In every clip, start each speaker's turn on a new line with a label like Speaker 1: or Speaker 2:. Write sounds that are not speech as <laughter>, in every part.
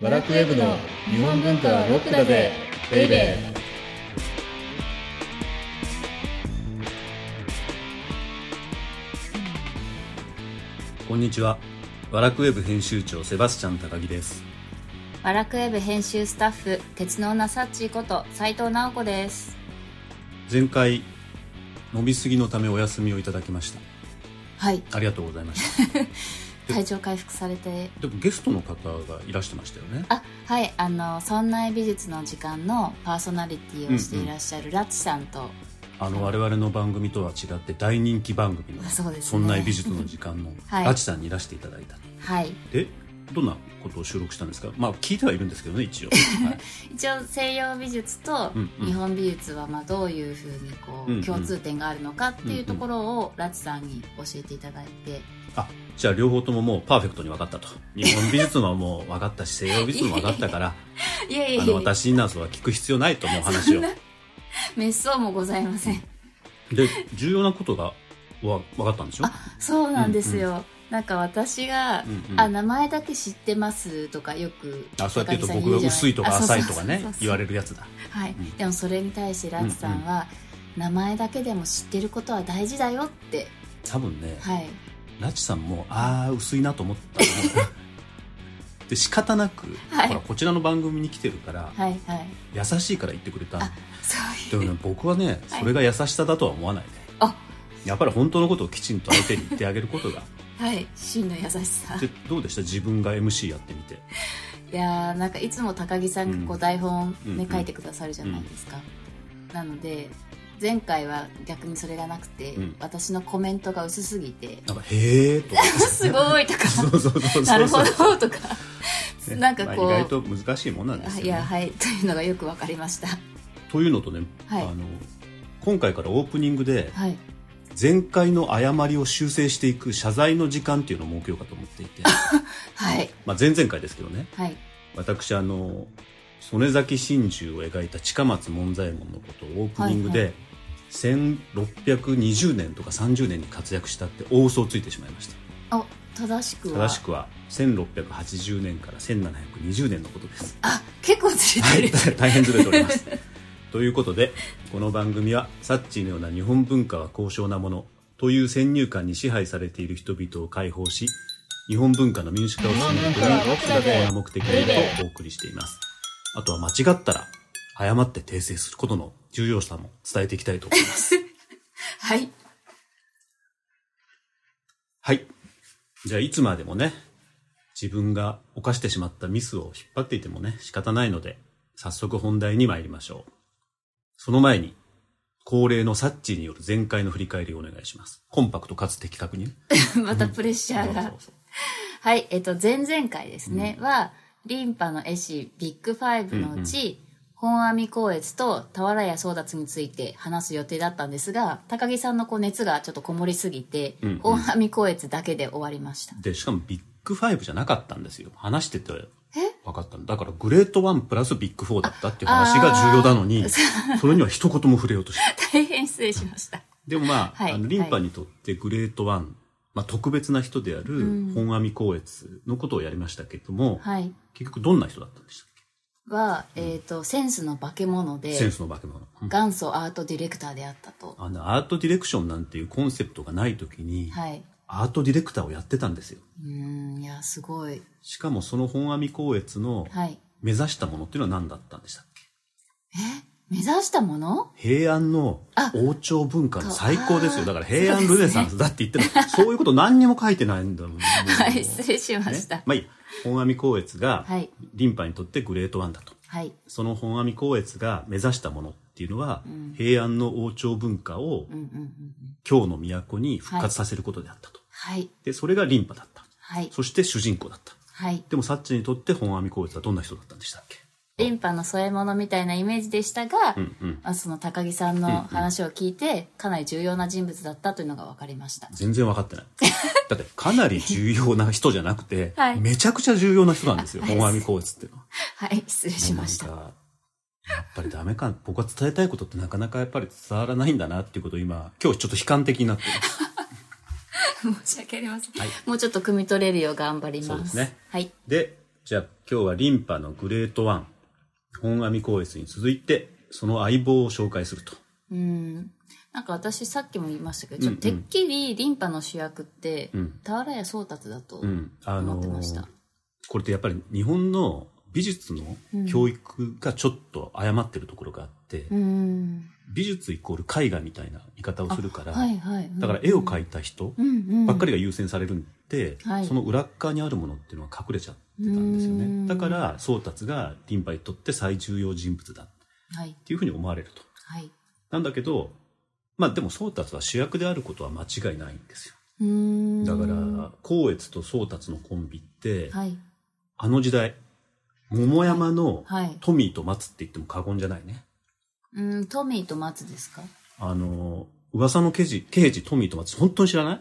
Speaker 1: ワラクウェブの日本文化はロックだぜベイベー
Speaker 2: こんにちは。ワラクウェブ編集長セバスチャン高木です。
Speaker 3: ワラクウェブ編集スタッフ鉄の女サッチーこと斉藤直子です
Speaker 2: 前回伸びすぎのためお休みをいただきまし
Speaker 3: はい
Speaker 2: た。ありがとうございま
Speaker 3: <laughs>
Speaker 2: した。
Speaker 3: 体調回復されて
Speaker 2: でもゲストの方がいらしてましたよね。
Speaker 3: あはいあの「村内美術の時間」のパーソナリティをしていらっしゃるラチさんと、
Speaker 2: あの我々の番組とは違って大人気番組の
Speaker 3: そうですね
Speaker 2: そんな美術の時間の
Speaker 3: <laughs> はい
Speaker 2: ラチさんにいらしていただいた。
Speaker 3: はい
Speaker 2: で、どんなことを収録したんですか。まあ聞いてはいるんですけど
Speaker 3: <laughs>
Speaker 2: ね一応。はい
Speaker 3: 一応西洋美術と
Speaker 2: うんうん
Speaker 3: 日本美術はまあどういうふうにこ
Speaker 2: うんうん
Speaker 3: う共通点があるのかっていうところをラチさんに教えていただいて
Speaker 2: あじゃあ両方とももうパーフェクトに分かったと日本美術のはもう分かったし西洋美術も分かったから
Speaker 3: い <laughs> えいえい
Speaker 2: あの
Speaker 3: え
Speaker 2: 私になぞは聞く必要ないともう話を
Speaker 3: 滅相もございません
Speaker 2: で重要なことがわ分かったんでしょ
Speaker 3: そうなんですよ、なんか私が、
Speaker 2: うんうん
Speaker 3: あ名前だけ知ってますとかよく
Speaker 2: あそうやって言
Speaker 3: 高木
Speaker 2: うと
Speaker 3: さん
Speaker 2: 僕
Speaker 3: 言
Speaker 2: が
Speaker 3: じゃな
Speaker 2: 薄いとか
Speaker 3: あそうそう
Speaker 2: 浅いとかね
Speaker 3: そうそう
Speaker 2: 言われるやつだ
Speaker 3: はい、
Speaker 2: ん
Speaker 3: でもそれに対してラチさんは、名前だけでも知ってることは大事だよって
Speaker 2: 多分ね、
Speaker 3: はい
Speaker 2: ラチさんもああ薄いなと思ったの
Speaker 3: <laughs>
Speaker 2: で仕方なく、
Speaker 3: はい
Speaker 2: ほらこちらの番組に来てるから、
Speaker 3: はいはい
Speaker 2: 優しいから言ってくれたんだ
Speaker 3: そ
Speaker 2: で
Speaker 3: ういう
Speaker 2: もね僕はねそれが優しさだとは思わないね、
Speaker 3: あ
Speaker 2: やっぱり本当のことをきちんと相手に言ってあげる
Speaker 3: <laughs>
Speaker 2: ことが
Speaker 3: はい真の優しさ
Speaker 2: でどうでした自分が MC やってみて
Speaker 3: いやーなんかいつも高木さんがこう
Speaker 2: う
Speaker 3: ん台本を、ね
Speaker 2: うんうん
Speaker 3: 書いてくださるじゃないですか、なので前回は逆にそれがなくて、
Speaker 2: うん
Speaker 3: 私のコメントが薄すぎて
Speaker 2: なんか「へえ」と
Speaker 3: <laughs>
Speaker 2: か
Speaker 3: すごいとか
Speaker 2: <laughs> そうそうそうそう
Speaker 3: なるほどとか、
Speaker 2: ね
Speaker 3: なんかこう、
Speaker 2: まあ意外と難しいもんなんですよ、ね、
Speaker 3: いやはい <laughs> というのがよくわかりました
Speaker 2: というのとね、
Speaker 3: はい
Speaker 2: あの今回からオープニングで
Speaker 3: はい
Speaker 2: 前回の誤りを修正していく謝罪の時間っていうのを設けようかと思っていて
Speaker 3: はい
Speaker 2: まあ前々回ですけどね
Speaker 3: はい
Speaker 2: 私あの曽根崎真珠を描いた近松門左衛門のことをオープニングで、
Speaker 3: はい
Speaker 2: 1620年とか30年に活躍したって大嘘をついてしまいました
Speaker 3: あ正しくは
Speaker 2: 正しくは1680年から1720年のことです
Speaker 3: あ結構ず
Speaker 2: は
Speaker 3: れ
Speaker 2: い
Speaker 3: てる、、
Speaker 2: 大 <laughs> 変ずれております。ということで、この番組は、サッチーのような日本文化は高尚なものという先入観に支配されている人々を解放し、日本文化の民主化を進めるという
Speaker 1: 日本文化はロックだぜ
Speaker 2: 主な目的のもとをお送りしています。あとは間違ったら、誤って訂正することの重要さも伝えていきたいと思います。
Speaker 3: <laughs> はい
Speaker 2: はい。じゃあ、いつまでもね、自分が犯してしまったミスを引っ張っていてもね、仕方ないので、早速本題に参りましょう。その前に、恒例のサッチーによる前回の振り返りをお願いします。コンパクトかつ的 <laughs> 確に。
Speaker 3: またプレッシャー
Speaker 2: そう
Speaker 3: が
Speaker 2: そうそう
Speaker 3: はいえっと前々回ですね、はリンパの絵師ビッグファイブのうち、本阿弥光悦と俵屋宗達について話す予定だったんですが高木さんのこう熱がちょっとこもりすぎて、
Speaker 2: うんうん
Speaker 3: 本阿弥光悦だけで終わりました <laughs>
Speaker 2: で、しかもビッグファイブじゃなかったんですよ。話してて。分かったのだからグレートワンプラスビッグフォーだったっていう話が重要なのにそれには一言も触れようとして
Speaker 3: 大変失礼しました
Speaker 2: でもまあ、
Speaker 3: はい
Speaker 2: あのリンパにとってグレートワン、まあ、特別な人である本阿弥光悦のことをやりましたけども、
Speaker 3: はい
Speaker 2: 結局どんな人だったんでしたっ
Speaker 3: は、えっとセンスの化け物で
Speaker 2: け、センスの化け物、うん
Speaker 3: 元祖アートディレクターであったと
Speaker 2: あのアートディレクションなんていうコンセプトがない時に、
Speaker 3: はい
Speaker 2: アートディレクターをやってたんですよ
Speaker 3: うーんいやすごい
Speaker 2: しかもその本阿弥光悦の
Speaker 3: はい
Speaker 2: 目指したものっていうのは何だったんでしたっけ
Speaker 3: 目指したもの
Speaker 2: 平安の
Speaker 3: あ
Speaker 2: 王朝文化の最高ですよ
Speaker 3: あ
Speaker 2: だから平安ルネサンスだって言っても
Speaker 3: <laughs>
Speaker 2: そういうこと何にも書いてないんだもん
Speaker 3: はい失礼しました、
Speaker 2: ねまあいいや本阿弥光悦が
Speaker 3: はい
Speaker 2: リンパにとってグレートワンだと、
Speaker 3: はい
Speaker 2: その本阿弥光悦が目指したものっていうのは、平安の王朝文化を
Speaker 3: うんうんうんうん
Speaker 2: 京の都に復活させることであったと、
Speaker 3: はい
Speaker 2: でそれがリンパだった
Speaker 3: はい
Speaker 2: そして主人公だった
Speaker 3: はい
Speaker 2: でもサッチにとって本阿弥光悦はどんな人だったんでしたっけ
Speaker 3: リンパの添え物みたいなイメージでしたが、
Speaker 2: うんうん
Speaker 3: まあ、その高木さんの話を聞いて、かなり重要な人物だったというのが分かりました
Speaker 2: 全然分かってない
Speaker 3: <laughs>
Speaker 2: だってかなり重要な人じゃなくて、
Speaker 3: はい
Speaker 2: めちゃくちゃ重要な人なんですよ
Speaker 3: はい
Speaker 2: 本阿弥光悦っていうのは
Speaker 3: はい失礼しました
Speaker 2: もうなんかやっぱりダメか僕は伝えたいことってなかなかやっぱり伝わらないんだなっていうことを今今日ちょっと悲観的になってます
Speaker 3: 申し訳ありません、もうちょっと汲み取れるよう頑張ります
Speaker 2: そうですね
Speaker 3: はい
Speaker 2: でじゃあ今日はリンパのグレートワン、本阿弥光悦に続いて、その相棒を紹介すると。
Speaker 3: うん。なんか私さっきも言いましたけど、ちょっとてっきりリンパの主役って、俵屋宗達だと
Speaker 2: うん。あ
Speaker 3: 思
Speaker 2: の
Speaker 3: ってました。
Speaker 2: これってやっぱり日本の美術の教育がちょっと誤ってるところがあって、
Speaker 3: うん。
Speaker 2: 美術イコール絵画みたいな言い方をするから、
Speaker 3: はいはい。
Speaker 2: だから絵を描いた人
Speaker 3: うんうん、
Speaker 2: ばっかりが優先されるんで、
Speaker 3: はい
Speaker 2: その裏っ側にあるものっていうのは隠れちゃってたんですよ
Speaker 3: うーん
Speaker 2: ね。だから、宗達がリンパにとって最重要人物だっ
Speaker 3: はい。
Speaker 2: ていうふうに思われると。
Speaker 3: はい。
Speaker 2: なんだけど、まあでも宗達は主役であることは間違いないんですよ。
Speaker 3: うーん。
Speaker 2: だから、光悦と宗達のコンビって、
Speaker 3: はい。
Speaker 2: あの時代、桃山の
Speaker 3: はい。
Speaker 2: トミーと松って言っても過言じゃないね。
Speaker 3: うん、トミーと松ですか
Speaker 2: あの、噂の刑事、刑事トミーと松、本当に知らない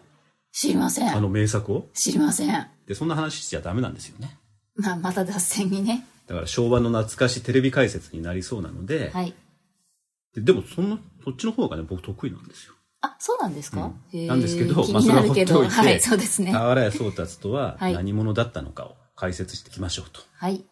Speaker 3: 知りませ
Speaker 2: あ
Speaker 3: ん。
Speaker 2: の名作を。
Speaker 3: 知りません。
Speaker 2: で、そんな話しちゃダメなんですよね。
Speaker 3: まあ、また脱線にね。
Speaker 2: だから昭和の懐かしテレビ解説になりそうなので、
Speaker 3: はい。
Speaker 2: ででもそのそっちの方がね僕得意なんですよ。
Speaker 3: あ、そうなんですか、
Speaker 2: うん
Speaker 3: へー
Speaker 2: なんですけど
Speaker 3: 気になるけど、
Speaker 2: まあそれ
Speaker 3: は
Speaker 2: は放っておいて
Speaker 3: い、そうですね。
Speaker 2: 俵屋宗達と
Speaker 3: <laughs>
Speaker 2: は
Speaker 3: はい
Speaker 2: 何者だったのかを解説していきましょうと。
Speaker 3: はい。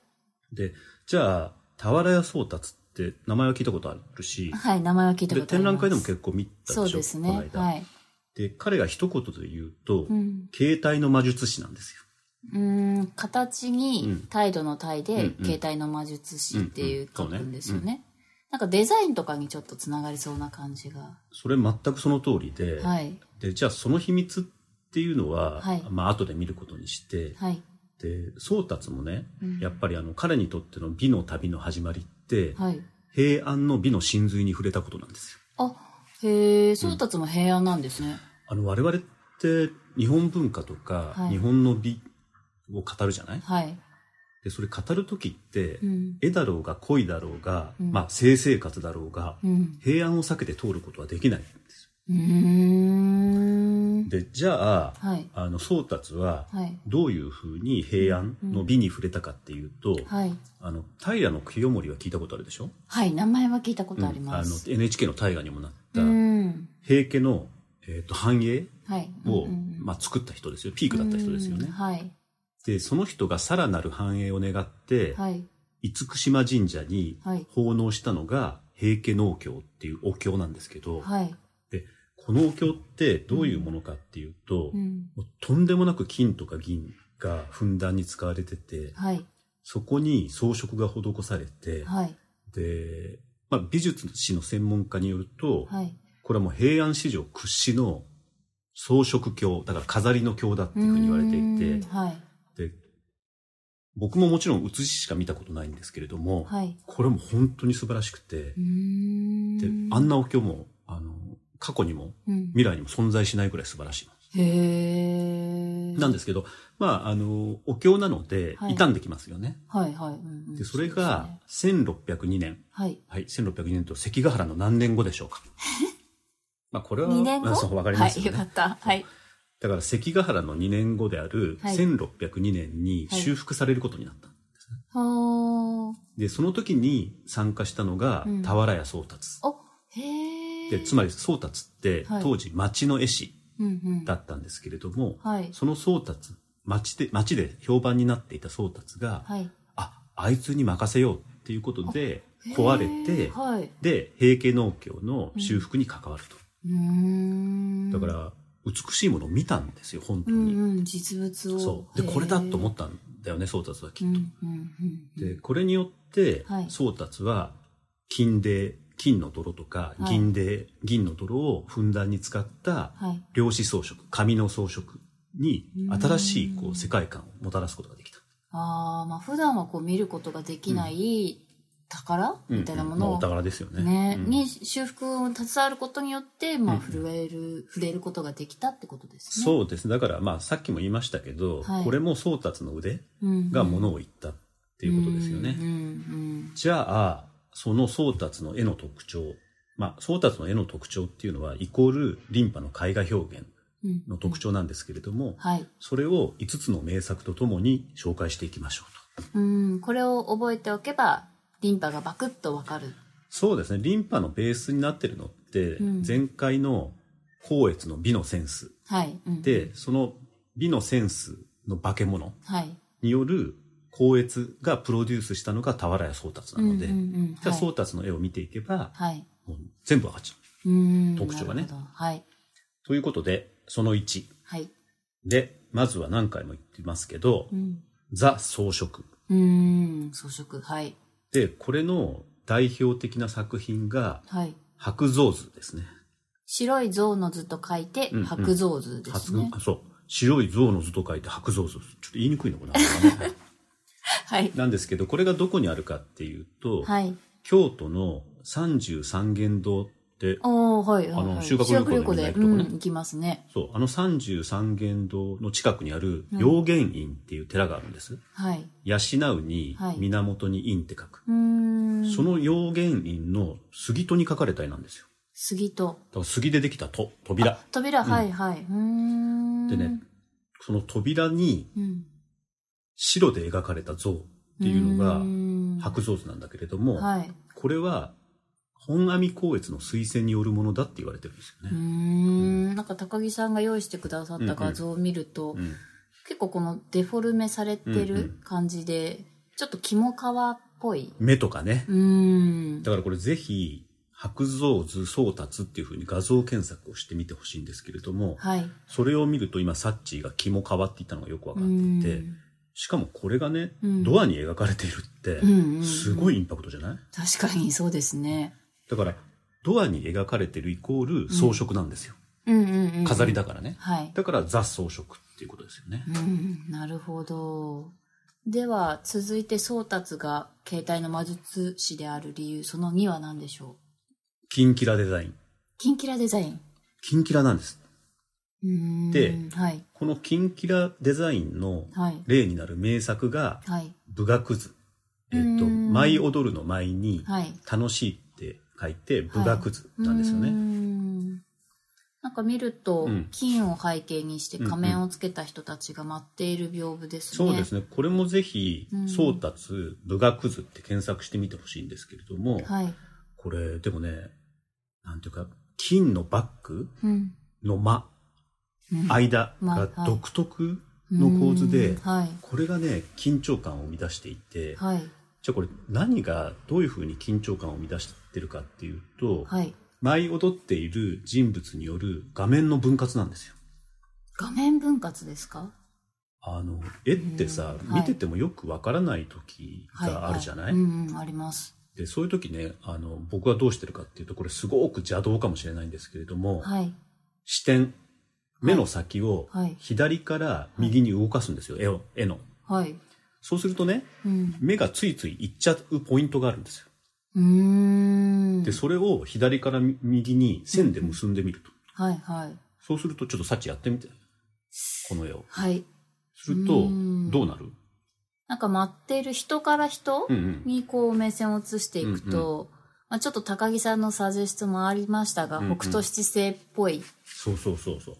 Speaker 2: でじゃあ俵屋宗達って名前は聞いたことあるし、
Speaker 3: はい、名前は聞いた
Speaker 2: で
Speaker 3: ことあります。
Speaker 2: 展覧会でも結構見たでしょ
Speaker 3: そうです
Speaker 2: この
Speaker 3: ね。
Speaker 2: 間、
Speaker 3: はい。
Speaker 2: で彼が一言で言うと、
Speaker 3: うん。
Speaker 2: 携帯の魔術師なんですよ。
Speaker 3: うーん、形
Speaker 2: う
Speaker 3: に
Speaker 2: ん
Speaker 3: 態度の態で、
Speaker 2: うんうん
Speaker 3: 携帯の魔術師っていう書くんですよね。
Speaker 2: うんう
Speaker 3: なんかデザインとかにちょっとつながりそうな感じが。
Speaker 2: それ全くその通りで、
Speaker 3: はい。
Speaker 2: でじゃあその秘密っていうのは、
Speaker 3: はい
Speaker 2: まあ後で見ることにして、
Speaker 3: はい。
Speaker 2: で宗達もね、
Speaker 3: うん
Speaker 2: やっぱりあの彼にとっての美の旅の始まりって、
Speaker 3: はい。
Speaker 2: 平安の美の真髄に触れたことなんですよ
Speaker 3: あ、へえ、宗達も平安なんですね。
Speaker 2: あの我々って日本文化とか、
Speaker 3: はい
Speaker 2: 日本の美を語るじゃない
Speaker 3: はい。
Speaker 2: でそれ語る時って、
Speaker 3: うん。
Speaker 2: 絵だろうが恋だろうが、
Speaker 3: うん
Speaker 2: まあ性生活だろうが、
Speaker 3: うん。
Speaker 2: 平安を避けて通ることはできないんです
Speaker 3: うーん。
Speaker 2: よでじゃあ、
Speaker 3: はい。
Speaker 2: あの宗達は
Speaker 3: はい。
Speaker 2: どういうふうに平安の美に触れたかっていうと、
Speaker 3: はい。
Speaker 2: あの平の清盛は聞いたことあるでしょ
Speaker 3: はい。名前は聞いたことありま
Speaker 2: うん
Speaker 3: す。
Speaker 2: あの NHK の大河にもなった、
Speaker 3: うん。
Speaker 2: 平家の、えー、と繁栄
Speaker 3: はい。
Speaker 2: を、
Speaker 3: うんうんうん
Speaker 2: まあ、作った人ですよピークだった人ですよね
Speaker 3: うん、はい。
Speaker 2: でその人がさらなる繁栄を願って、
Speaker 3: はい。
Speaker 2: 厳島神社に
Speaker 3: はい
Speaker 2: 奉納したのが平家農協っていうお経なんですけど、
Speaker 3: はい。
Speaker 2: このお経ってどういうものかっていうと、
Speaker 3: うん。
Speaker 2: もうとんでもなく金とか銀がふんだんに使われてて
Speaker 3: はい。
Speaker 2: そこに装飾が施されて、
Speaker 3: はい。
Speaker 2: で、まあ、美術史の専門家によると、
Speaker 3: はい。
Speaker 2: これはもう平安史上屈指の装飾教だから飾りの教だっていうふうに言われて
Speaker 3: う
Speaker 2: い
Speaker 3: ーんはい。
Speaker 2: てで僕ももちろん写ししか見たことないんですけれども、
Speaker 3: はい。
Speaker 2: これも本当に素晴らしくて
Speaker 3: う、ーん。
Speaker 2: であんなお経もあの過去にも
Speaker 3: うん、
Speaker 2: 未来にも存在しないぐらい素晴らしいの、
Speaker 3: へえ。
Speaker 2: なんですけどまああのお経なので
Speaker 3: はい
Speaker 2: 傷んできますよね、
Speaker 3: はいはい。うんうん
Speaker 2: でそれ
Speaker 3: うです
Speaker 2: が
Speaker 3: ね
Speaker 2: 1602年
Speaker 3: はい。
Speaker 2: はい1602年と関ヶ原の何年後でしょ
Speaker 3: <laughs>
Speaker 2: うかまあこれは
Speaker 3: 二年後
Speaker 2: まあそうわかりますよね、
Speaker 3: はい、よかった。はい。
Speaker 2: だから関ヶ原の2年後である
Speaker 3: はい
Speaker 2: 1602年に修復されることになった、
Speaker 3: は
Speaker 2: でその時に参加したのが
Speaker 3: うん
Speaker 2: 俵屋宗達、
Speaker 3: あ。お、へえ。
Speaker 2: でつまり宗達って
Speaker 3: はい
Speaker 2: 当時町の絵師
Speaker 3: り、うんうん。
Speaker 2: だったんですけれども、
Speaker 3: はい。
Speaker 2: その宗達町で町で評判になっていた宗達が、
Speaker 3: はい。
Speaker 2: ああいつに任せようっていうことで
Speaker 3: へー
Speaker 2: 壊れて、
Speaker 3: はい。
Speaker 2: で平家農協の修復に関わると、
Speaker 3: うーん。
Speaker 2: だか、ら美しいものを見たんですよ本当
Speaker 3: う
Speaker 2: に、
Speaker 3: んうん、実物を。
Speaker 2: そうでこれだと思
Speaker 3: っ
Speaker 2: ったんだよね宗達はき
Speaker 3: う
Speaker 2: っ
Speaker 3: ん
Speaker 2: と。
Speaker 3: うんうん。
Speaker 2: でこれによって
Speaker 3: はい
Speaker 2: 宗達は金で金の泥とか
Speaker 3: はい
Speaker 2: 銀で、銀の泥をふんだんに使った
Speaker 3: はい。
Speaker 2: 量子装飾紙の装飾に新しい
Speaker 3: う
Speaker 2: こ
Speaker 3: ん
Speaker 2: う世界観をもたらすことができた、
Speaker 3: ああ、まあ普段はこう見ることができない宝、
Speaker 2: うん
Speaker 3: みたいなも
Speaker 2: まあ
Speaker 3: の
Speaker 2: お
Speaker 3: を
Speaker 2: 宝ですよね
Speaker 3: ね、
Speaker 2: うん
Speaker 3: に修復を携わることによって、ま
Speaker 2: う
Speaker 3: あ、
Speaker 2: ん
Speaker 3: 震える、触れることができたってことですね。
Speaker 2: そうですねだからまあさっきも言いましたけど、
Speaker 3: はい
Speaker 2: これも宗達の腕
Speaker 3: うん
Speaker 2: がものを言ったっていうことですよね、
Speaker 3: うんうん
Speaker 2: じゃあその宗達の絵の特徴まあ宗達の絵の特徴っていうのはイコールリンパの絵画表現
Speaker 3: うんうん
Speaker 2: の特徴なんですけれども、
Speaker 3: はい。
Speaker 2: それを5つの名作とともに紹介していきましょうと。
Speaker 3: うん、これを覚えておけば、リンパがバクッとわかる。
Speaker 2: そうですね、リンパのベースになってるのって、
Speaker 3: うん
Speaker 2: 前回の光悦の美のセンス
Speaker 3: はい。うん、
Speaker 2: で、その美のセンスの化け物
Speaker 3: はい。
Speaker 2: による光悦がプロデュースしたのが俵屋宗達なので、
Speaker 3: うんうんうん
Speaker 2: じゃあ
Speaker 3: はい
Speaker 2: 宗達の絵を見ていけば、
Speaker 3: はい。
Speaker 2: もう全部赤ちゃん。
Speaker 3: うーん
Speaker 2: 特徴がね
Speaker 3: なるほどはい。
Speaker 2: ということで、その1。
Speaker 3: はい。
Speaker 2: で、まずは何回も言ってますけど、
Speaker 3: うん。
Speaker 2: ザ装飾。
Speaker 3: うーん。装飾。はい。
Speaker 2: で、これの代表的な作品が、
Speaker 3: はい。
Speaker 2: 白象図ですね。
Speaker 3: 白い象の図と書いて、
Speaker 2: うんうん
Speaker 3: 白象図ですね。
Speaker 2: 白そう。白い象の図と書いて白象図。ちょっと言いにくいのかなはい
Speaker 3: はい。
Speaker 2: なんですけど、これがどこにあるかっていうと、
Speaker 3: はい。
Speaker 2: 京都の三十三軒堂って、
Speaker 3: おー、はい。はい
Speaker 2: あの
Speaker 3: はい
Speaker 2: 修学旅行で
Speaker 3: 修学
Speaker 2: みんな行くとこね
Speaker 3: うん、行きますね。
Speaker 2: そう、あの三十三軒堂の近くにある、陽元院っていう寺があるんです。
Speaker 3: はい。
Speaker 2: 養うに
Speaker 3: はい、
Speaker 2: 源に院って書く。
Speaker 3: うーん。
Speaker 2: その陽元院の杉戸に書かれた絵なんですよ。
Speaker 3: 杉と。
Speaker 2: だから杉でできたと、扉。
Speaker 3: 扉、はい、はい。うーん。
Speaker 2: でね。、その扉に
Speaker 3: うん。
Speaker 2: 白で描かれた像っていうのが
Speaker 3: うーん
Speaker 2: 白象図なんだけれども、
Speaker 3: はい。
Speaker 2: これは本阿弥光悦の推薦によるものだって言われてるんですよ
Speaker 3: うー
Speaker 2: ね。
Speaker 3: ん。なんか高木さんが用意してくださった画像を見ると、
Speaker 2: うん
Speaker 3: 結構このデフォルメされて
Speaker 2: うんう
Speaker 3: る感じで、ちょっと肝皮っぽい。
Speaker 2: 目とかね。
Speaker 3: うーん。
Speaker 2: だからこれぜひ、白象図宗達っていうふうに画像検索をしてみてほしいんですけれども、
Speaker 3: はい。
Speaker 2: それを見ると今サッチーが肝変わっていたのがよくわかっていて、しかもこれがね、
Speaker 3: うん
Speaker 2: ドアに描かれている
Speaker 3: うんうんう
Speaker 2: って、
Speaker 3: ん
Speaker 2: すごいインパクトじゃない
Speaker 3: 確かにそうですね。
Speaker 2: だから、ドアに描かれてるイコール装飾なんですよ。
Speaker 3: うんうんうん。
Speaker 2: 飾りだからね。
Speaker 3: はい。
Speaker 2: だからザ装飾っていうことですよね。
Speaker 3: うん、なるほど。では、続いて、宗達が携帯の魔術師である理由、その2は何でしょう
Speaker 2: キンキラデザイン。
Speaker 3: キンキラデザイン。
Speaker 2: キンキラなんです。
Speaker 3: うーん
Speaker 2: で
Speaker 3: はい。
Speaker 2: このキンキラデザインの
Speaker 3: はい。
Speaker 2: 例になる名作が、
Speaker 3: はい。
Speaker 2: 舞楽図。えっ、と、
Speaker 3: うん
Speaker 2: 舞踊るの舞に、
Speaker 3: はい。
Speaker 2: 楽しいって書いて、舞楽図なんですよ
Speaker 3: うー
Speaker 2: ね。
Speaker 3: んなんか見ると、
Speaker 2: うん
Speaker 3: 金を背景にして
Speaker 2: うんうん
Speaker 3: 仮面をつけた人たちが舞っている屏風ですね。
Speaker 2: そうですね。これもぜひ
Speaker 3: う、ん
Speaker 2: 宗達舞楽図って検索してみてほしいんですけれども、
Speaker 3: はい。
Speaker 2: これ、でもね、なんていうか、金のバッグ
Speaker 3: うん。
Speaker 2: の間、
Speaker 3: うん
Speaker 2: 間
Speaker 3: ま
Speaker 2: が
Speaker 3: はい
Speaker 2: 独特の構図で、
Speaker 3: うーんはい。
Speaker 2: これがね、緊張感を生み出していて、
Speaker 3: はい。
Speaker 2: じゃあこれ何がどういうふうに緊張感を生み出してるかっていうと、
Speaker 3: はい。
Speaker 2: 舞い踊っている人物による画面の分割なんですよ。
Speaker 3: 画面分割ですか
Speaker 2: あの、絵ってさ、
Speaker 3: うんはい
Speaker 2: 見ててもよくわからない時
Speaker 3: はい。
Speaker 2: があるじゃな
Speaker 3: は
Speaker 2: い、
Speaker 3: うんうん、あります。
Speaker 2: で、そういう時ね、あの、僕はどうしてるかっていうと、これすごく邪道かもしれないんですけれども、
Speaker 3: はい。
Speaker 2: 視点、目の先を
Speaker 3: はい
Speaker 2: 左から右に動かすんですよ、絵を、絵の。
Speaker 3: はい。
Speaker 2: そうするとね、
Speaker 3: うん。
Speaker 2: 目がついつい行っちゃうポイントがあるんですよ。
Speaker 3: うーん。
Speaker 2: で、それを左から右に線で結んでみると。
Speaker 3: はいはい。
Speaker 2: そうすると、ちょっとサチやってみて。この絵を。
Speaker 3: はい。
Speaker 2: すると
Speaker 3: う、ん
Speaker 2: どうなる
Speaker 3: なんか待っている人から人、
Speaker 2: うんうん。
Speaker 3: にこう目線を移していくと、まあ、ちょっと高木さんのサジェストもありましたが、
Speaker 2: うんうん
Speaker 3: 北斗七星っぽい。
Speaker 2: そうそうそうそう。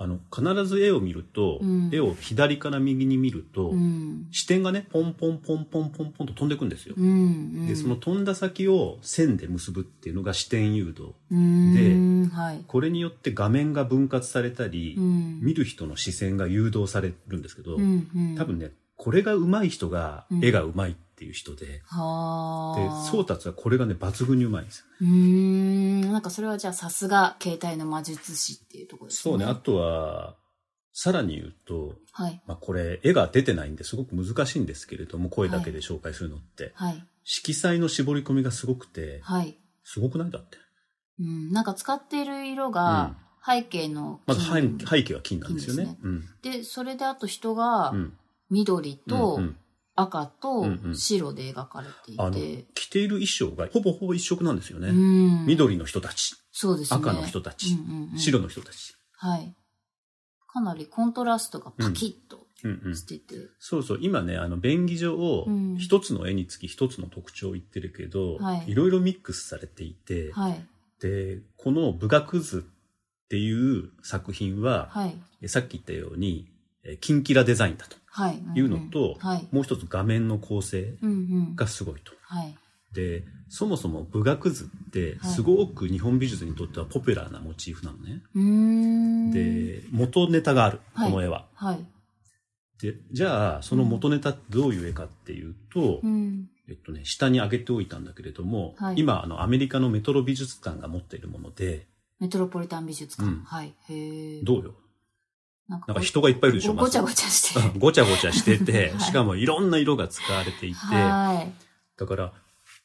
Speaker 2: あの、必ず絵を見ると、
Speaker 3: うん
Speaker 2: 絵を左から右に見ると、
Speaker 3: うん。
Speaker 2: 視点がね、ポンポンポンポンポンポンと飛んでくんですよ
Speaker 3: う。ん。
Speaker 2: で、その飛んだ先を線で結ぶっていうのが視点誘導。
Speaker 3: うん、で、はい。
Speaker 2: これによって画面が分割されたり、
Speaker 3: うん
Speaker 2: 見る人の視線が誘導されるんですけど、
Speaker 3: うんうん、
Speaker 2: 多分ね、これが上手い人が、
Speaker 3: うん
Speaker 2: 絵が上手いっていう人で、
Speaker 3: は
Speaker 2: で、
Speaker 3: あ。
Speaker 2: 宗達はこれがね、抜群にうまいんですよね。
Speaker 3: うーん。なんかそれはじゃあさすが携帯の魔術師っていうところですね。
Speaker 2: そうね、あとは、さらに言うと、
Speaker 3: はい。
Speaker 2: まあこれ、絵が出てないんですごく難しいんですけれども、声だけで紹介するのって、
Speaker 3: はい。
Speaker 2: 色彩の絞り込みがすごくて、
Speaker 3: はい。
Speaker 2: すごくないだって。
Speaker 3: うん。なんか使っている色が背景の
Speaker 2: まず背
Speaker 3: 金
Speaker 2: 背景は金なんですよね。
Speaker 3: で、それであと人が
Speaker 2: うん。うん。
Speaker 3: 緑と
Speaker 2: うんうん
Speaker 3: 赤と
Speaker 2: うんうん
Speaker 3: 白で描かれてい
Speaker 2: あの、
Speaker 3: て。
Speaker 2: 着ている衣装がほぼほぼ一色なんですよね。
Speaker 3: うん
Speaker 2: 緑の人たち、
Speaker 3: そうですね。
Speaker 2: 赤の人たち、
Speaker 3: うんうんうん
Speaker 2: 白の人たち。
Speaker 3: はい。かなりコントラストがパキッと
Speaker 2: うんうん
Speaker 3: してて。
Speaker 2: そうそう、今ね、あの、便宜上を
Speaker 3: うん、
Speaker 2: 一つの絵につき一つの特徴を言ってるけど、
Speaker 3: はい
Speaker 2: いろいろミックスされていて、
Speaker 3: はい。
Speaker 2: で、この部学図っていう作品は、
Speaker 3: はい。
Speaker 2: えさっき言ったように、えキンキラデザインだと
Speaker 3: はい。んん
Speaker 2: いうのと、
Speaker 3: はい。
Speaker 2: もう一つ画面の構成
Speaker 3: うんうん。
Speaker 2: がすごいと。
Speaker 3: はい。
Speaker 2: で、そもそも部学図って、
Speaker 3: はい
Speaker 2: すごく日本美術にとってはポピュラーなモチーフなのね。
Speaker 3: うーん。、
Speaker 2: で、元ネタがある、この絵は。
Speaker 3: はい。
Speaker 2: で、じゃあ、その元ネタってどういう絵かっていうと、
Speaker 3: うん。
Speaker 2: えっとね、下に上げておいたんだけれども、
Speaker 3: はい
Speaker 2: 今、あの、アメリカのメトロ美術館が持っているもので、
Speaker 3: メトロポリタン美術館。
Speaker 2: うん
Speaker 3: はい。へえ。
Speaker 2: どうよ
Speaker 3: なんか
Speaker 2: なんか人がいっぱいいるでしょ、
Speaker 3: ごごちゃご
Speaker 2: ち
Speaker 3: ちゃして
Speaker 2: ゃ。
Speaker 3: る。
Speaker 2: <laughs> ごちゃごちゃしてて、
Speaker 3: はい
Speaker 2: しかもいろんな色が使われていて、
Speaker 3: は
Speaker 2: だから、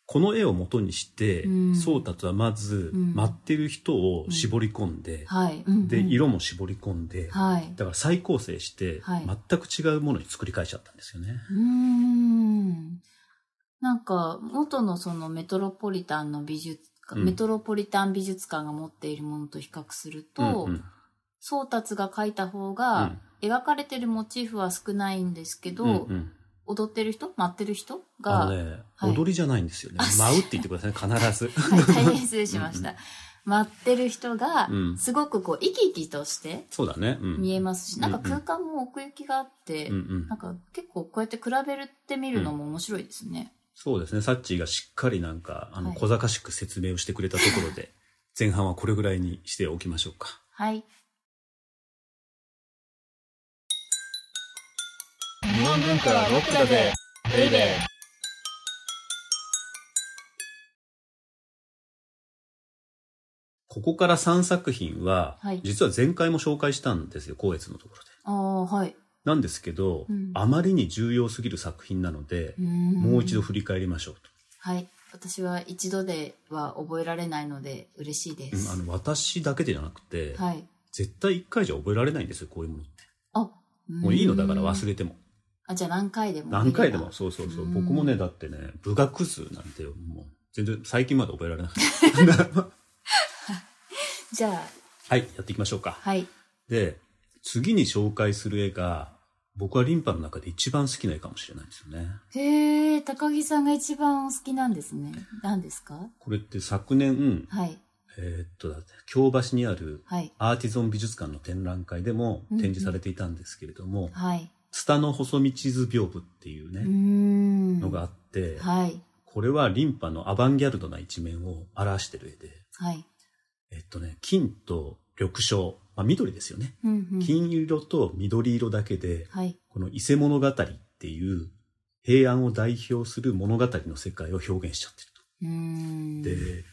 Speaker 2: この絵を元にして、
Speaker 3: うん
Speaker 2: 宗達はまず、
Speaker 3: うん
Speaker 2: 待ってる人を絞り込んで
Speaker 3: い。、はい。うんうん
Speaker 2: で、。色も絞り込んで、
Speaker 3: はい。
Speaker 2: だから再構成して、
Speaker 3: はい
Speaker 2: 全く違うものに作り変えちゃったんですよね。
Speaker 3: うーん。なんか、元のそのメトロポリタンの美術館、
Speaker 2: うん
Speaker 3: メトロポリタン美術館が持っているものと比較すると、
Speaker 2: うんうん
Speaker 3: 宗達が描いた方が、描かれてるモチーフは少ないんですけど、
Speaker 2: うんうん
Speaker 3: 踊ってる人舞ってる人が、
Speaker 2: あのね、
Speaker 3: はい
Speaker 2: 踊りじゃないんですよね
Speaker 3: あ。
Speaker 2: 舞うって言ってくださいね、必ず。
Speaker 3: はい、大変失礼しました。舞ってる人が
Speaker 2: う、ん
Speaker 3: すごくこう、生き生きとして
Speaker 2: <laughs> そうだね。うん、
Speaker 3: 見えますし、なんか
Speaker 2: うんうん
Speaker 3: 空間も奥行きがあって、
Speaker 2: うんうん
Speaker 3: なんか結構こうやって比べるってみるのも面白いですね。
Speaker 2: そうですね、サッチーがしっかりなんか、あの、
Speaker 3: はい
Speaker 2: 小賢しく説明をしてくれたところ
Speaker 3: <laughs>
Speaker 2: で、前半はこれぐらいにしておきましょうか。
Speaker 3: はい。
Speaker 1: 日本文化はロックだぜベイベー
Speaker 2: ここから3作品は、
Speaker 3: はい
Speaker 2: 実は前回も紹介したんですよ、光悦のところで。
Speaker 3: ああ、はい。
Speaker 2: なんですけど、
Speaker 3: うん
Speaker 2: あまりに重要すぎる作品なので、も
Speaker 3: も
Speaker 2: う一度。振り返りましょう
Speaker 3: はい。私は一度では覚えられないので嬉しいで
Speaker 2: と。うん
Speaker 3: す。
Speaker 2: あの私だけじゃなくて、
Speaker 3: はい。
Speaker 2: 絶対1回じゃ覚えられないんですよ、こういうものって。
Speaker 3: あ、
Speaker 2: もういいのだから忘
Speaker 3: れ。
Speaker 2: れても。
Speaker 3: あ、じゃあ何回でも。
Speaker 2: 何回でも、。そうそうそう。
Speaker 3: うん
Speaker 2: 僕もね、だってね、部学数なんて、もう、全然最近まで覚えられなかった。
Speaker 3: じゃあ、
Speaker 2: はい、やっていきましょうか。
Speaker 3: はい。
Speaker 2: で、次に紹介する絵が、僕はリンパの中で一番好きな絵かもしれないんですよね。
Speaker 3: へえ、高木さんが一番お好きなんですね。何ですか
Speaker 2: これって昨年、
Speaker 3: はい。
Speaker 2: えーっと、だって京橋にある
Speaker 3: はい。
Speaker 2: アーティゾン美術館の展覧会でも
Speaker 3: うんうん
Speaker 2: 展示されていたんですけれども、
Speaker 3: はい。
Speaker 2: ツタの細道図屏風っていう
Speaker 3: うー
Speaker 2: ね、
Speaker 3: ん。
Speaker 2: のがあって、
Speaker 3: はい。
Speaker 2: これはリンパのアバンギャルドな一面を表してる絵で、
Speaker 3: はい。
Speaker 2: えっとね、金と緑青、まあ、緑ですよね。
Speaker 3: うんうん。
Speaker 2: 金色と緑色だけで、
Speaker 3: はい。
Speaker 2: この伊勢物語っていう平安を代表する物語の世界を表現しちゃって
Speaker 3: うーん。
Speaker 2: ると。で、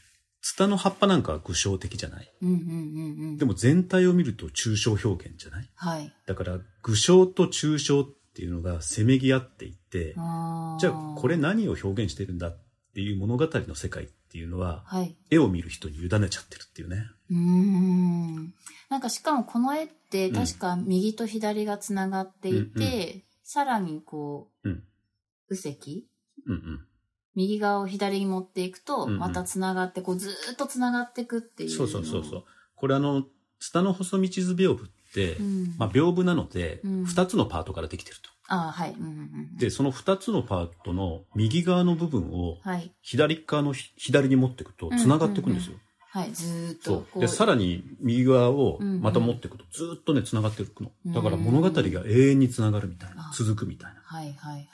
Speaker 2: ツタの葉っぱなんかは具象的じゃない。
Speaker 3: うんうんうんうん。
Speaker 2: でも全体を見ると抽象表現じゃない。
Speaker 3: はい。
Speaker 2: だから具象と抽象っていうのがせめぎ合っていて、
Speaker 3: あー
Speaker 2: じゃあこれ。何を表現してるんだっていう物語の世界っていうのは、
Speaker 3: はい。
Speaker 2: 絵を見る人に委ねちゃってるっていうね。
Speaker 3: うーん。なんかしかもこの絵って確か右と左がつながっていて、
Speaker 2: うんうん
Speaker 3: さらにこう、
Speaker 2: うん
Speaker 3: 右石
Speaker 2: うんうん。
Speaker 3: 右側を左に持っていくと、
Speaker 2: うんうん
Speaker 3: またつながって、こうずーっとつながっていくっていうの。
Speaker 2: そうそうそうそう。これあの、ツタの細道図屏風って、
Speaker 3: うん
Speaker 2: まあ屏風なので、
Speaker 3: うん
Speaker 2: 二つのパートからできてると。
Speaker 3: ああ、はい。うんうんうん、
Speaker 2: で、その二つのパートの右側の部分を
Speaker 3: はい。
Speaker 2: 左側のひ左に持っていくと
Speaker 3: うん
Speaker 2: 繋がっていくんですよ。
Speaker 3: はい。ずーっと
Speaker 2: そ
Speaker 3: こ
Speaker 2: う。
Speaker 3: う。
Speaker 2: で、さらに右側を
Speaker 3: うんうん
Speaker 2: また持っていくとずっとね、繋がっていくの。
Speaker 3: うん
Speaker 2: だから物語が永遠に繋がるみたいな
Speaker 3: あ、
Speaker 2: 続くみたいな
Speaker 3: はいはいはい。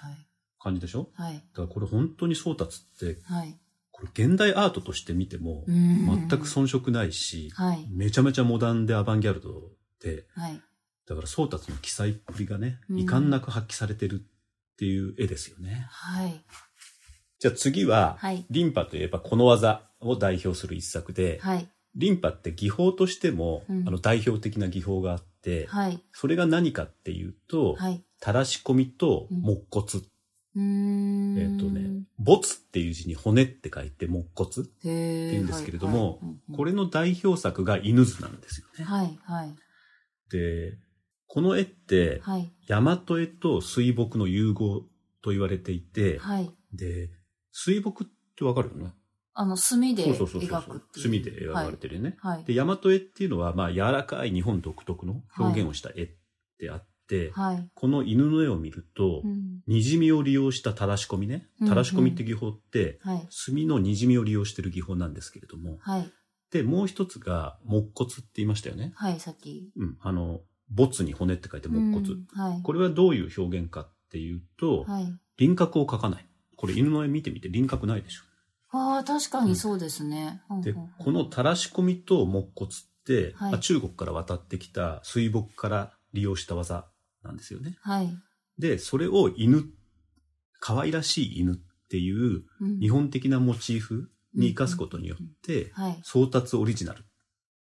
Speaker 2: 感じでしょ
Speaker 3: はい。
Speaker 2: だからこれ本当に宗達って、
Speaker 3: はい。
Speaker 2: これ現代アートとして見ても
Speaker 3: う、ん
Speaker 2: 全く遜色ないし、
Speaker 3: はい。
Speaker 2: めちゃめちゃモダンでアバンギャルドで、
Speaker 3: はい。
Speaker 2: だから宗達の記載っぷりがね、
Speaker 3: うん
Speaker 2: 遺憾なく発揮されてるっていう絵ですよね。
Speaker 3: はい。
Speaker 2: じゃあ次は、
Speaker 3: はい
Speaker 2: リンパといえばこの技を代表する一作で、
Speaker 3: はい。
Speaker 2: リンパって技法としても、
Speaker 3: うん
Speaker 2: あの代表的な技法があって、
Speaker 3: はい。
Speaker 2: それが何かっていうと、
Speaker 3: はい。
Speaker 2: 垂らし込みと
Speaker 3: うん
Speaker 2: 木骨。
Speaker 3: うーん。
Speaker 2: えっ、とね、没っていう字に骨って書いて木骨。
Speaker 3: へー。って
Speaker 2: 言うんですけれどもこ
Speaker 3: れ。
Speaker 2: れの代表作が犬図なんですよね。
Speaker 3: はいはい。
Speaker 2: で、この絵って、
Speaker 3: はい。
Speaker 2: 大和絵と水墨の融合と言われていて、
Speaker 3: はい。
Speaker 2: で、水墨ってわかるよね
Speaker 3: あの、墨で
Speaker 2: そうそうそうそ
Speaker 3: 描く
Speaker 2: う
Speaker 3: っていう。
Speaker 2: 墨で描かれてるよね。
Speaker 3: はい。
Speaker 2: で、大和絵っていうのは、まあ、柔らかい日本独特の表現をした絵であって、
Speaker 3: はい。
Speaker 2: この犬の絵を見ると、
Speaker 3: うん
Speaker 2: にじみを利用した垂らし込みね。
Speaker 3: うんうん
Speaker 2: 垂らし込みって技法って、
Speaker 3: はい。
Speaker 2: 墨のにじみを利用してる技法なんですけれども。
Speaker 3: はい。
Speaker 2: で、もう一つが、木骨って言いましたよね。
Speaker 3: はい、さっき。
Speaker 2: うん。あの、没に骨って書いて木骨。
Speaker 3: うんはい。
Speaker 2: これはどういう表現かっていうと、
Speaker 3: はい。
Speaker 2: 輪郭を描かない。これ犬の絵見てみて輪郭ないでしょ。
Speaker 3: ああ、確かにそうですね。
Speaker 2: で、
Speaker 3: うんうんうん
Speaker 2: この垂らし込みと木骨って、
Speaker 3: はい
Speaker 2: まあ中国から渡ってきた水墨から利用した技なんですよね。
Speaker 3: はい。
Speaker 2: で、それを犬、可愛らしい犬っていう
Speaker 3: うん
Speaker 2: 日本的なモチーフに生かすことによって、
Speaker 3: はい。
Speaker 2: 送達オリジナルっ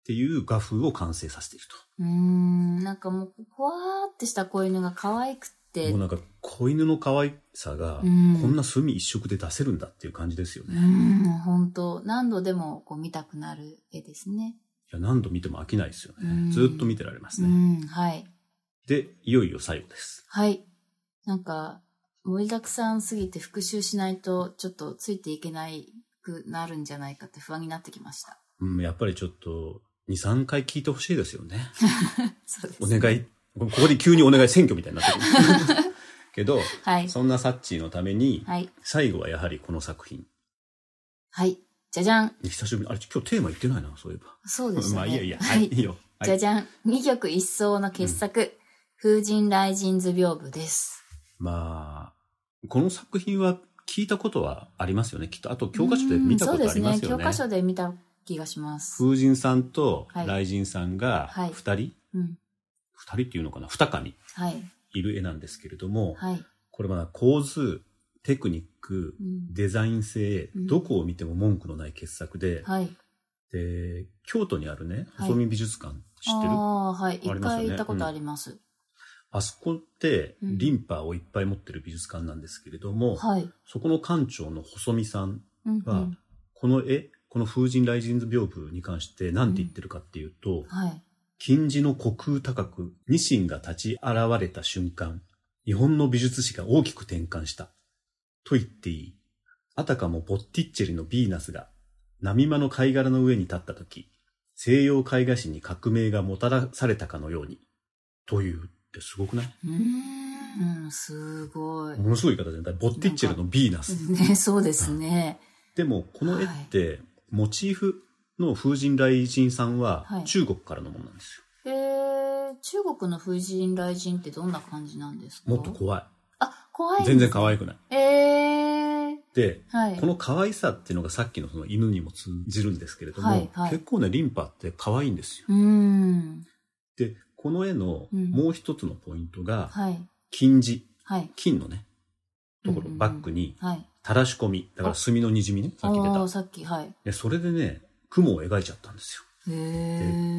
Speaker 2: ていう画風を完成させている
Speaker 3: うーん、なんかもう、ふわーってした子犬が可愛く
Speaker 2: と。
Speaker 3: て
Speaker 2: もう、なんか、子犬の可愛さが、こ
Speaker 3: うん
Speaker 2: んな墨一色で出せるんだっていう感じですよ
Speaker 3: う
Speaker 2: ね。い
Speaker 3: ん、本当何度でもこう見たくなる絵ですね。
Speaker 2: や、何度見ても飽きないですよ
Speaker 3: うん
Speaker 2: ね。ずっと見てられます
Speaker 3: う
Speaker 2: ね。
Speaker 3: ん、はい。
Speaker 2: で、いよいよ最後です。
Speaker 3: はい。なんか、盛りだくさんすぎて復習しないと、ちょっとついていけないくなるんじゃないかって不安になってきました。
Speaker 2: うん、やっぱりちょっと、2、3回聞いてほしいですよね。
Speaker 3: そうです。
Speaker 2: お願い、ここで急にお願い選挙みたいになってくる。
Speaker 3: <laughs>
Speaker 2: けど、
Speaker 3: はい。
Speaker 2: そんなサッチーのために、
Speaker 3: はい。
Speaker 2: 最後はやはりこの作品。
Speaker 3: はい。じゃじゃん。
Speaker 2: 久しぶりに、あれ、今日テーマ言ってないな、そういえば。
Speaker 3: そうですね。
Speaker 2: まあ、いいやいいや、
Speaker 3: は
Speaker 2: はい、い
Speaker 3: い。
Speaker 2: いよ。はい
Speaker 3: じゃじゃん。二曲一層の傑作、風神雷神図屏風です。
Speaker 2: まあ、この作品は聞いたことはありますよね。きっと、あと教科書で見たことあり
Speaker 3: うんそう
Speaker 2: ますよ
Speaker 3: ですね。
Speaker 2: ね。
Speaker 3: 教科書で見た気がします。
Speaker 2: 風神さんと
Speaker 3: はい
Speaker 2: 雷神さんが
Speaker 3: はい
Speaker 2: 二人、二、
Speaker 3: うん。
Speaker 2: 人っていうのかな、二神
Speaker 3: はい。
Speaker 2: いる絵なんですけれども、
Speaker 3: はい。
Speaker 2: これは構図、テクニック
Speaker 3: う、ん。
Speaker 2: デザイン性、
Speaker 3: うん
Speaker 2: どこを見ても文句のない傑作で、
Speaker 3: はい。
Speaker 2: で、京都にあるね、
Speaker 3: はい
Speaker 2: 細見美術館、知ってる
Speaker 3: あ
Speaker 2: あ
Speaker 3: あ、はい。
Speaker 2: あり
Speaker 3: 一
Speaker 2: ますよね
Speaker 3: 回行ったことあります。
Speaker 2: そこって、
Speaker 3: うん
Speaker 2: リンパをいっぱい持ってる美術館なんですけれども、
Speaker 3: はい。
Speaker 2: そこの館長の細見さん
Speaker 3: うん、う
Speaker 2: は、
Speaker 3: ん。
Speaker 2: この絵、この風神雷神図屏風に関して何て言ってるかっていうと、
Speaker 3: はい。
Speaker 2: 金字の虚空高く、ニシンが立ち現れた瞬間、日本の美術史が大きく転換した。と言っていい。あたかもボッティッチェリのヴィーナスが、波間の貝殻の上に立った時、西洋絵画史に革命がもたらされたかのように。というってすごくない、
Speaker 3: うーん、すごい。
Speaker 2: ものすごい言い方じゃないボッティッチェリのヴィーナス。
Speaker 3: <laughs> ね、そうですね。
Speaker 2: でも、この絵って、モチーフの風神雷神さんは
Speaker 3: はい
Speaker 2: 中国からのものなんです
Speaker 3: え
Speaker 2: よ。
Speaker 3: ー、中国の風神雷神ってどんな感じなんですか
Speaker 2: もっと怖い。
Speaker 3: あ、怖いんです
Speaker 2: 全然可愛くない。
Speaker 3: えー、
Speaker 2: で、
Speaker 3: はい
Speaker 2: こ。の可愛さっていうのがさっきのその犬にも通じるんですけれども、
Speaker 3: はいはい
Speaker 2: 結構ね、リンパって可愛いんですよ。
Speaker 3: うーん。
Speaker 2: で、この絵の
Speaker 3: うん
Speaker 2: もう一つのポイントが、
Speaker 3: はい。
Speaker 2: 金字、
Speaker 3: はい。
Speaker 2: 金のね、とこ
Speaker 3: うんうん
Speaker 2: ろ、
Speaker 3: うん
Speaker 2: バックに
Speaker 3: はい。
Speaker 2: 垂らし込み、だから墨の滲みね、さっき出
Speaker 3: あ
Speaker 2: た
Speaker 3: ー。さっき、はい。
Speaker 2: で、それでね、雲を描いちゃったんです
Speaker 3: へ
Speaker 2: よ。で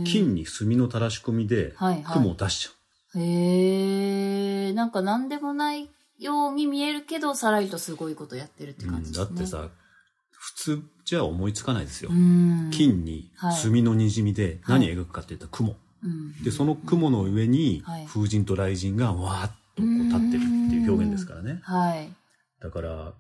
Speaker 3: ー。
Speaker 2: 金に墨の垂らし込みで、
Speaker 3: はいはい
Speaker 2: 雲を出しちゃう。
Speaker 3: へえ、なんか何でもないように見えるけど、さらりとすごいことやってるって
Speaker 2: う
Speaker 3: 感
Speaker 2: ん
Speaker 3: じで
Speaker 2: だ
Speaker 3: す
Speaker 2: っ
Speaker 3: ね。
Speaker 2: てさ、普通じゃ思いつかないですよ
Speaker 3: う。ん、
Speaker 2: 金に墨の滲みで何描くかっていったら雲。
Speaker 3: うん、
Speaker 2: でその雲の上に
Speaker 3: はい
Speaker 2: 風神と雷神がわーっとこう立ってるっていう表現ですからね
Speaker 3: はい。
Speaker 2: だから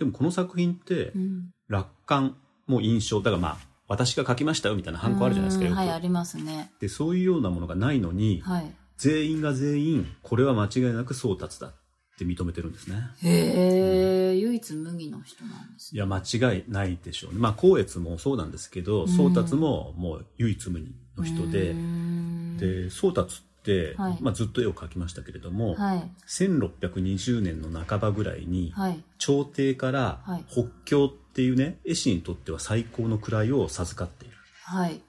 Speaker 2: でもこの作品って
Speaker 3: うん
Speaker 2: 楽観も印象だからまあ私が書きましたよみたいなハンコあるじゃないですか
Speaker 3: うん
Speaker 2: よく、
Speaker 3: はい、ありますね。
Speaker 2: でそういうようなものがないのに、
Speaker 3: はい。
Speaker 2: 全員が全員これは間違いなく宗達だって認めてるんですね
Speaker 3: へえ、唯一無二の人なんですね。
Speaker 2: いや間違いないでしょうねまあ光悦もそうなんですけど
Speaker 3: ん
Speaker 2: 宗達ももう唯一無二の人で、
Speaker 3: うん
Speaker 2: で宗達って、
Speaker 3: はい
Speaker 2: まあ、ずっと絵を描きましたけれども、
Speaker 3: はい。
Speaker 2: 1620年の半ばぐらいに、
Speaker 3: はい。
Speaker 2: 朝廷から
Speaker 3: はい
Speaker 2: 北京っていうね絵師にとっては最高の位を授かっている
Speaker 3: はい。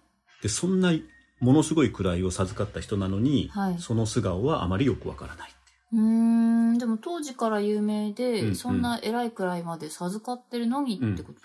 Speaker 2: でそんなものすごい位を授かった人なのに、
Speaker 3: はい
Speaker 2: その素顔はあまりよくわからないっていう
Speaker 3: うーん、でも当時から有名で、
Speaker 2: うんうん
Speaker 3: そんな偉いくらいまで授かってるのにってこと、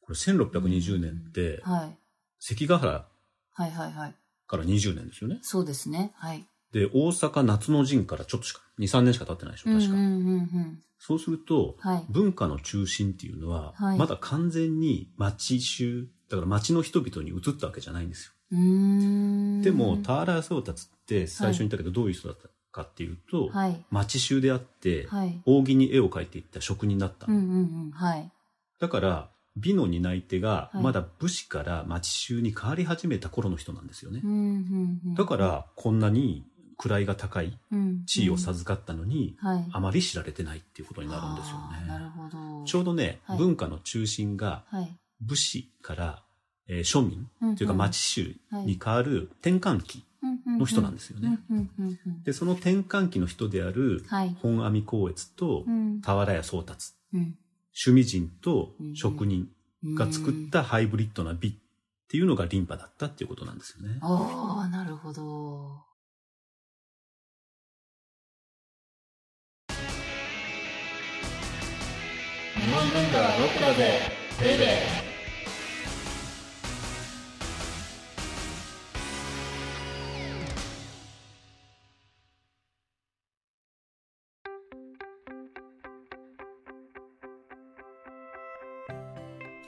Speaker 2: これ1620年って
Speaker 3: はい。
Speaker 2: 関ヶ原
Speaker 3: はいはいはい。
Speaker 2: から20年ですよね
Speaker 3: そうですね。はい。
Speaker 2: で大阪夏の陣からちょっとしか23年しか経ってないでしょ確か、
Speaker 3: うんうんうんうん。
Speaker 2: そうすると、
Speaker 3: はい。
Speaker 2: 文化の中心っていうのは、
Speaker 3: はい
Speaker 2: まだ完全に町衆だから町の人々に移ったわけじゃないんですよ
Speaker 3: うーん
Speaker 2: でも、田原宗達って最初に言ったけど、どういう人だったかっていうと、
Speaker 3: はい。
Speaker 2: 町衆であって、
Speaker 3: はい。
Speaker 2: 扇に絵を描いていった職人だった。
Speaker 3: うんうんうん。はい。
Speaker 2: だから、美の担い手が、
Speaker 3: はい
Speaker 2: まだ武士から町衆に変わり始めた頃の人なんですよね
Speaker 3: う。んうんうん。
Speaker 2: だから、こんなに位が高い
Speaker 3: うん、
Speaker 2: 地位を
Speaker 3: さ
Speaker 2: 授かったのに、
Speaker 3: はい。
Speaker 2: あまり知られてないっていうことになるんですよ
Speaker 3: あーなる
Speaker 2: ね。
Speaker 3: ほど。
Speaker 2: ちょうどね、
Speaker 3: はい
Speaker 2: 文化の中心が
Speaker 3: はい。
Speaker 2: 武士から、えー庶民というか町衆に変わる転換期の
Speaker 3: の
Speaker 2: 人なん
Speaker 3: で
Speaker 2: ですよ
Speaker 3: す
Speaker 2: ね。
Speaker 3: うんうんうんうん。
Speaker 2: でその転換期の人である
Speaker 3: はい。
Speaker 2: 本阿弥光悦と
Speaker 3: うん。
Speaker 2: 俵屋宗達
Speaker 3: うん
Speaker 2: 趣味人と職人が作っ。
Speaker 3: うん
Speaker 2: たハイブリッドな美っていうのがリンパだったっていうことなんですよね。
Speaker 3: ああ、なるほど。
Speaker 1: 文化はロックだぜベイベー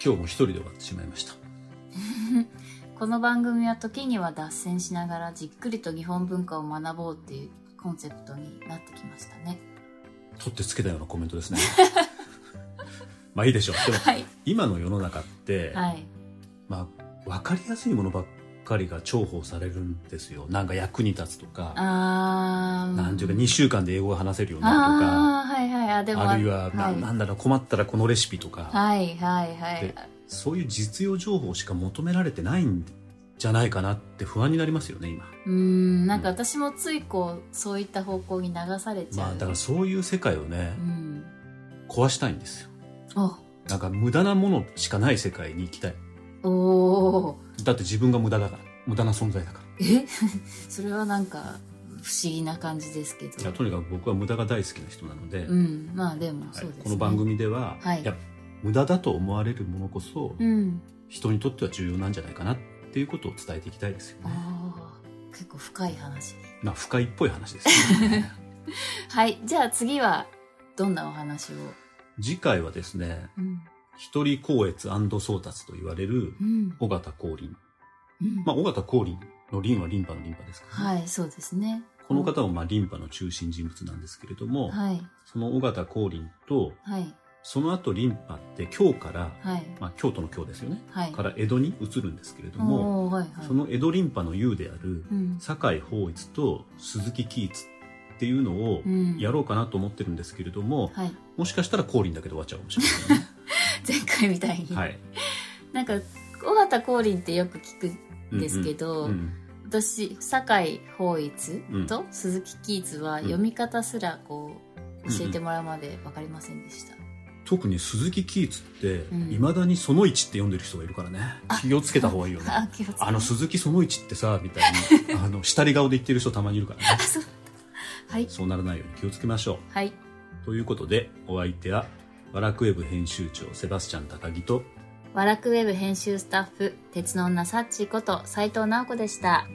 Speaker 2: 今日も一人で終わってしまいました。
Speaker 3: この番組は時には脱線しながらじっくりと日本文化を学ぼうっていうコンセプトになってきましたね
Speaker 2: 取ってつけたようなコメント
Speaker 3: <laughs>
Speaker 2: ですね。まあいいでしょう。でも、
Speaker 3: はい
Speaker 2: 今の世の中って、
Speaker 3: はい
Speaker 2: まあ、わかりやすいものばっかりが重宝されるんですよ。なんか役に立つとか、
Speaker 3: あー
Speaker 2: なんていうか2週間で英語が話せるようになる
Speaker 3: ああはいはいあで
Speaker 2: と
Speaker 3: も
Speaker 2: か、あるいは、な
Speaker 3: はい、
Speaker 2: なんだろう、困ったらこのレシピとか、
Speaker 3: はいはいはい
Speaker 2: でそういう実用情報しか求められてないんじゃないかなって不安になりますよね、今。
Speaker 3: うーんなんか私もついこうそういった方向に流されちゃ
Speaker 2: ま
Speaker 3: う、
Speaker 2: あ、だからそういう世界をね
Speaker 3: う、ん
Speaker 2: 壊したいんですよ。
Speaker 3: あ
Speaker 2: なんか無駄なものしかない世界に行きたい。
Speaker 3: おお
Speaker 2: だって自分が無駄だから。無駄な存在だから。
Speaker 3: ーえ <laughs> それはなんか不思議な感じですけ
Speaker 2: いや
Speaker 3: ど
Speaker 2: とにかく僕は無駄が大好きな人なので、
Speaker 3: うんまあでも
Speaker 2: は
Speaker 3: そ
Speaker 2: い
Speaker 3: で
Speaker 2: う
Speaker 3: すね、
Speaker 2: この番組では、
Speaker 3: はい
Speaker 2: や無駄だと思われるものこそ、
Speaker 3: うん
Speaker 2: 人にとっては重要なんじゃないかなっていうことを伝えていきたいですよね、
Speaker 3: あー結構深い話
Speaker 2: まあ不快っぽい話です、
Speaker 3: <laughs>
Speaker 2: ね、
Speaker 3: はいじゃあ次はどんなお話を
Speaker 2: 次回はですね
Speaker 3: うん
Speaker 2: 一人光悦宗達と言われる
Speaker 3: うん、
Speaker 2: 尾形光琳
Speaker 3: うん
Speaker 2: まあ尾形光琳の琳はリンパのリンパですからね、
Speaker 3: はいそうですね
Speaker 2: この方もまあリンパの中心人物なんですけれども、
Speaker 3: はい
Speaker 2: その尾形光琳と
Speaker 3: はい
Speaker 2: その後リンパって京から、
Speaker 3: はい
Speaker 2: まあ、京都の京ですよね
Speaker 3: はい
Speaker 2: から江戸に移るんですけれども、
Speaker 3: おーはいはい
Speaker 2: その江戸リンパの雄である
Speaker 3: うん
Speaker 2: 酒井法一と鈴木喜一っていうのを
Speaker 3: うん
Speaker 2: やろうかなと思ってるんですけれども、
Speaker 3: はい
Speaker 2: もしかしたら降臨だけど終わっちゃうかもしれないね。
Speaker 3: 前回みたいに、
Speaker 2: はい。
Speaker 3: なんか尾形光琳ってよく聞くんですけど、
Speaker 2: うんうん
Speaker 3: 私酒井法一と鈴木キーツは
Speaker 2: ん
Speaker 3: 読み方すらこう
Speaker 2: うん
Speaker 3: 教えてもらうまで分かりませんでした、
Speaker 2: 特に鈴木喜一って
Speaker 3: ん
Speaker 2: いまだにその一って読んでる人がいるからね気をつけた方がいいよね
Speaker 3: あ気をつけ
Speaker 2: あの鈴木その一ってさみたいにあの下り顔で言ってる人たまにいるからね
Speaker 3: はい
Speaker 2: そうならないように気をつけましょ
Speaker 3: はい、
Speaker 2: うということでお相手はワラクウェブ編集長セバスチャン高木と
Speaker 3: ワラクウェブ編集スタッフ鉄の女サッチこと斉藤直子でした